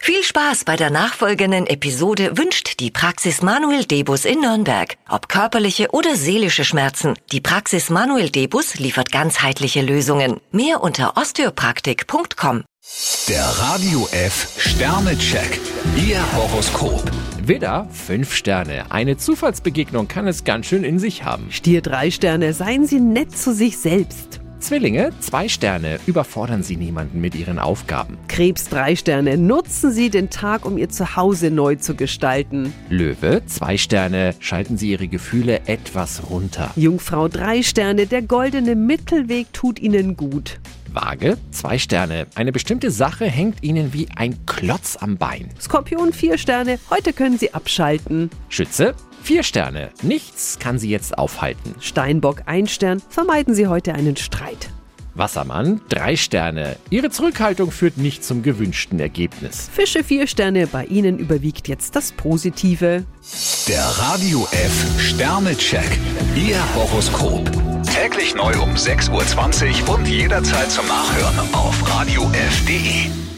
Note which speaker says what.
Speaker 1: Viel Spaß bei der nachfolgenden Episode wünscht die Praxis Manuel Debus in Nürnberg. Ob körperliche oder seelische Schmerzen, die Praxis Manuel Debus liefert ganzheitliche Lösungen. Mehr unter osteopraktik.com.
Speaker 2: Der Radio F Sternecheck. Ihr Horoskop.
Speaker 3: Widder, 5 Sterne. Eine Zufallsbegegnung kann es ganz schön in sich haben.
Speaker 4: Stier drei Sterne, seien Sie nett zu sich selbst.
Speaker 3: Zwillinge, 2 Sterne. Überfordern Sie niemanden mit Ihren Aufgaben.
Speaker 4: Krebs drei Sterne, nutzen Sie den Tag, um Ihr Zuhause neu zu gestalten.
Speaker 3: Löwe, 2 Sterne. Schalten Sie Ihre Gefühle etwas runter.
Speaker 4: Jungfrau drei Sterne, der goldene Mittelweg tut Ihnen gut.
Speaker 3: Waage, 2 Sterne. Eine bestimmte Sache hängt Ihnen wie ein Klotz am Bein.
Speaker 4: Skorpion vier Sterne, heute können Sie abschalten.
Speaker 3: Schütze, 4 Sterne. Nichts kann Sie jetzt aufhalten.
Speaker 4: Steinbock ein Stern, vermeiden Sie heute einen Streit.
Speaker 3: Wassermann, 3 Sterne. Ihre Zurückhaltung führt nicht zum gewünschten Ergebnis.
Speaker 4: Fische vier Sterne, bei Ihnen überwiegt jetzt das Positive.
Speaker 2: Der Radio F Sternecheck. Ihr Horoskop. Täglich neu um 6.20 Uhr und jederzeit zum Nachhören auf Radio radiof.de.